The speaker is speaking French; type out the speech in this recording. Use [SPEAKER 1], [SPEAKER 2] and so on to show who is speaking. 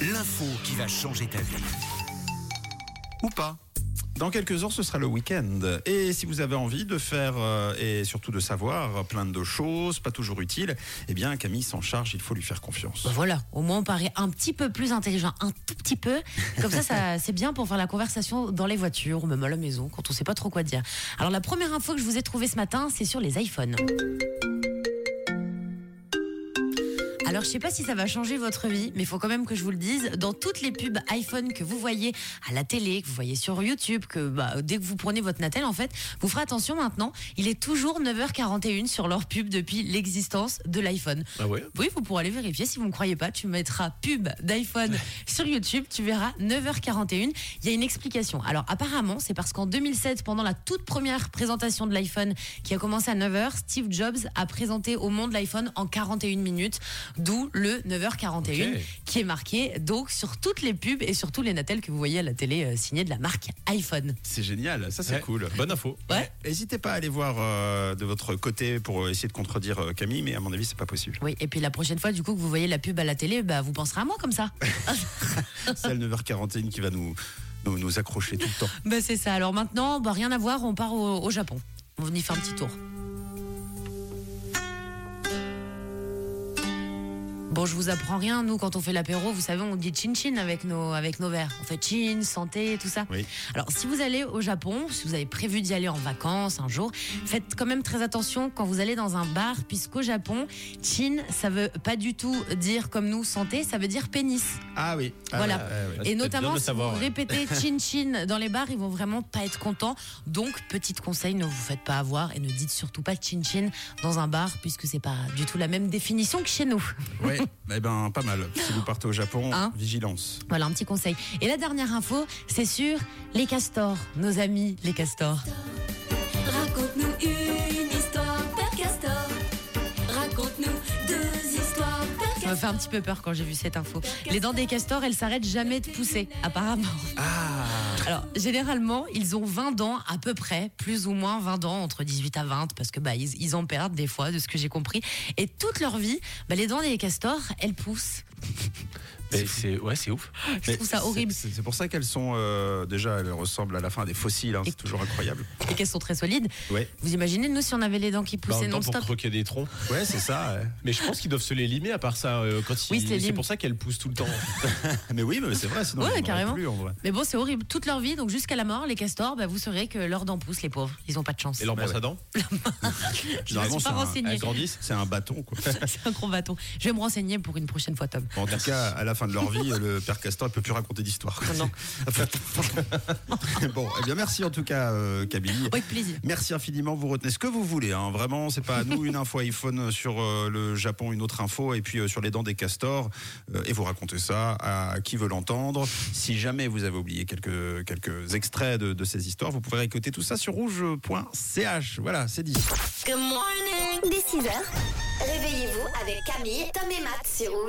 [SPEAKER 1] l'info qui va changer ta vie.
[SPEAKER 2] ou pas. Dans quelques heures, ce sera le week-end. Et si vous avez envie de faire euh, et surtout de savoir plein de choses, pas toujours utiles, eh bien Camille s'en charge, il faut lui faire confiance.
[SPEAKER 3] Bah voilà, au moins on paraît un petit peu plus intelligent, un tout petit peu. Comme ça, ça c'est bien pour faire la conversation dans les voitures ou même à la maison quand on sait pas trop quoi dire. Alors la première info que je vous ai trouvée ce matin, c'est sur les iPhones. Alors je sais pas si ça va changer votre vie, mais il faut quand même que je vous le dise. Dans toutes les pubs iPhone que vous voyez à la télé, que vous voyez sur YouTube, que bah, dès que vous prenez votre Natel en fait, vous ferez attention maintenant. Il est toujours 9h41 sur leur pub depuis l'existence de l'iPhone.
[SPEAKER 4] Ah ouais
[SPEAKER 3] Oui, vous pourrez aller vérifier. Si vous ne croyez pas, tu mettras pub d'iPhone sur YouTube, tu verras 9h41. Il y a une explication. Alors apparemment, c'est parce qu'en 2007, pendant la toute première présentation de l'iPhone qui a commencé à 9h, Steve Jobs a présenté au monde l'iPhone en 41 minutes, d'où le 9h41
[SPEAKER 4] Ok.
[SPEAKER 3] qui est marqué donc sur toutes les pubs et sur tous les natels que vous voyez à la télé euh, signés de la marque iPhone.
[SPEAKER 2] C'est génial, ça c'est
[SPEAKER 4] Ouais.
[SPEAKER 2] cool.
[SPEAKER 4] Bonne info.
[SPEAKER 3] Ouais.
[SPEAKER 2] N'hésitez pas à aller voir euh, de votre côté pour essayer de contredire euh, Camille, mais à mon avis, c'est pas possible.
[SPEAKER 3] Oui, et puis la prochaine fois, du coup, que vous voyez la pub à la télé, bah, vous penserez à moi comme ça.
[SPEAKER 2] C'est le 9h41 qui va nous, nous, nous accrocher tout le temps.
[SPEAKER 3] Bah c'est ça. Alors maintenant, bah, rien à voir, on part au, au Japon. On y fait un petit tour. Bon, je vous apprends rien. Nous, quand on fait l'apéro, vous savez, on dit chin chin avec nos, avec nos verres. On fait chin, santé, tout ça.
[SPEAKER 2] Oui.
[SPEAKER 3] Alors, si vous allez au Japon, si vous avez prévu d'y aller en vacances un jour, faites quand même très attention quand vous allez dans un bar, puisqu'au Japon, chin, ça veut pas du tout dire comme nous santé, ça veut dire pénis.
[SPEAKER 2] Ah oui. Ah,
[SPEAKER 3] Voilà.
[SPEAKER 2] ouais, ouais.
[SPEAKER 4] Ah, c'est
[SPEAKER 3] Et
[SPEAKER 4] peut-être bien
[SPEAKER 3] notamment,
[SPEAKER 4] de
[SPEAKER 3] si
[SPEAKER 4] savoir,
[SPEAKER 3] vous
[SPEAKER 4] ouais.
[SPEAKER 3] répétez chin chin dans les bars, ils vont vraiment pas être contents. Donc, petit conseil, ne vous faites pas avoir et ne dites surtout pas chin chin dans un bar, puisque c'est pas du tout la même définition que chez nous.
[SPEAKER 2] Ouais, eh ben pas mal. Si vous partez au Japon,
[SPEAKER 3] Hein
[SPEAKER 2] vigilance.
[SPEAKER 3] Voilà un petit conseil. Et la dernière info, c'est sur les castors, nos amis les castors.
[SPEAKER 5] Raconte-nous une histoire, Père Castor. Raconte-nous deux histoires, Père
[SPEAKER 3] Ça m'a
[SPEAKER 5] Castor.
[SPEAKER 3] fait un petit peu peur quand j'ai vu cette info. Les dents des castors, elles s'arrêtent jamais de pousser, apparemment. Alors, généralement, ils ont 20 dents à peu près, plus ou moins 20 dents, entre 18 à 20, parce que bah, ils, ils en perdent des fois, de ce que j'ai compris. Et toute leur vie, bah, les dents des castors, elles poussent.
[SPEAKER 4] Mais c'est ouais, c'est ouf.
[SPEAKER 3] Je trouve ça horrible.
[SPEAKER 2] C'est c'est pour ça qu'elles sont euh, déjà, elles ressemblent à la fin à des fossiles. hein, c'est toujours incroyable.
[SPEAKER 3] Et qu'elles sont très solides.
[SPEAKER 2] Ouais,
[SPEAKER 3] Vous imaginez, nous, si on avait les dents qui
[SPEAKER 4] Bah, en
[SPEAKER 3] poussaient
[SPEAKER 4] même temps, pour
[SPEAKER 3] non-stop
[SPEAKER 4] croquer des troncs.
[SPEAKER 2] ouais, c'est ça. ouais.
[SPEAKER 4] Mais je pense qu'ils doivent se les limer à part ça euh, quand
[SPEAKER 3] Oui,
[SPEAKER 4] ils-
[SPEAKER 3] se les
[SPEAKER 4] C'est
[SPEAKER 3] liment.
[SPEAKER 4] pour ça qu'elles poussent tout le temps.
[SPEAKER 2] Ah, Mais oui, mais c'est vrai. Sinon,
[SPEAKER 3] Ouais,
[SPEAKER 2] j'en aurais
[SPEAKER 3] carrément.
[SPEAKER 2] Plus, en vrai.
[SPEAKER 3] Mais bon, c'est horrible. Toute leur vie, donc jusqu'à la mort, les castors, bah, vous saurez que leurs dents poussent, les pauvres. Ils ont pas de chance.
[SPEAKER 4] Et leurs
[SPEAKER 2] Ouais,
[SPEAKER 4] brosses
[SPEAKER 2] ouais.
[SPEAKER 4] à dents,
[SPEAKER 2] Généralement,
[SPEAKER 3] suis pas
[SPEAKER 2] c'est un-
[SPEAKER 3] renseignée.
[SPEAKER 4] elles grandissent.
[SPEAKER 2] C'est un bâton, quoi.
[SPEAKER 3] C'est un gros bâton. Je vais me renseigner pour une prochaine fois, Tom.
[SPEAKER 2] En tout cas, à la fin de leur vie, le père Castor ne peut plus raconter d'histoire.
[SPEAKER 3] Ah,
[SPEAKER 2] quoi. bon, eh bien, merci en tout cas, euh, Camille.
[SPEAKER 3] Avec plaisir.
[SPEAKER 2] Merci infiniment, vous retenez ce que vous voulez. Hein. Vraiment, c'est pas à nous une info iPhone sur euh, le Japon, une autre info, et puis euh, sur les dents des castors. Euh, et vous racontez ça à qui veut l'entendre. Si jamais vous avez oublié quelques, quelques extraits de, de ces histoires, vous pouvez réécouter tout ça sur rouge.ch. Voilà, c'est dit.
[SPEAKER 5] Good morning.
[SPEAKER 6] Dès 6h, réveillez-vous avec Camille, Tom et Matt sur Rouge.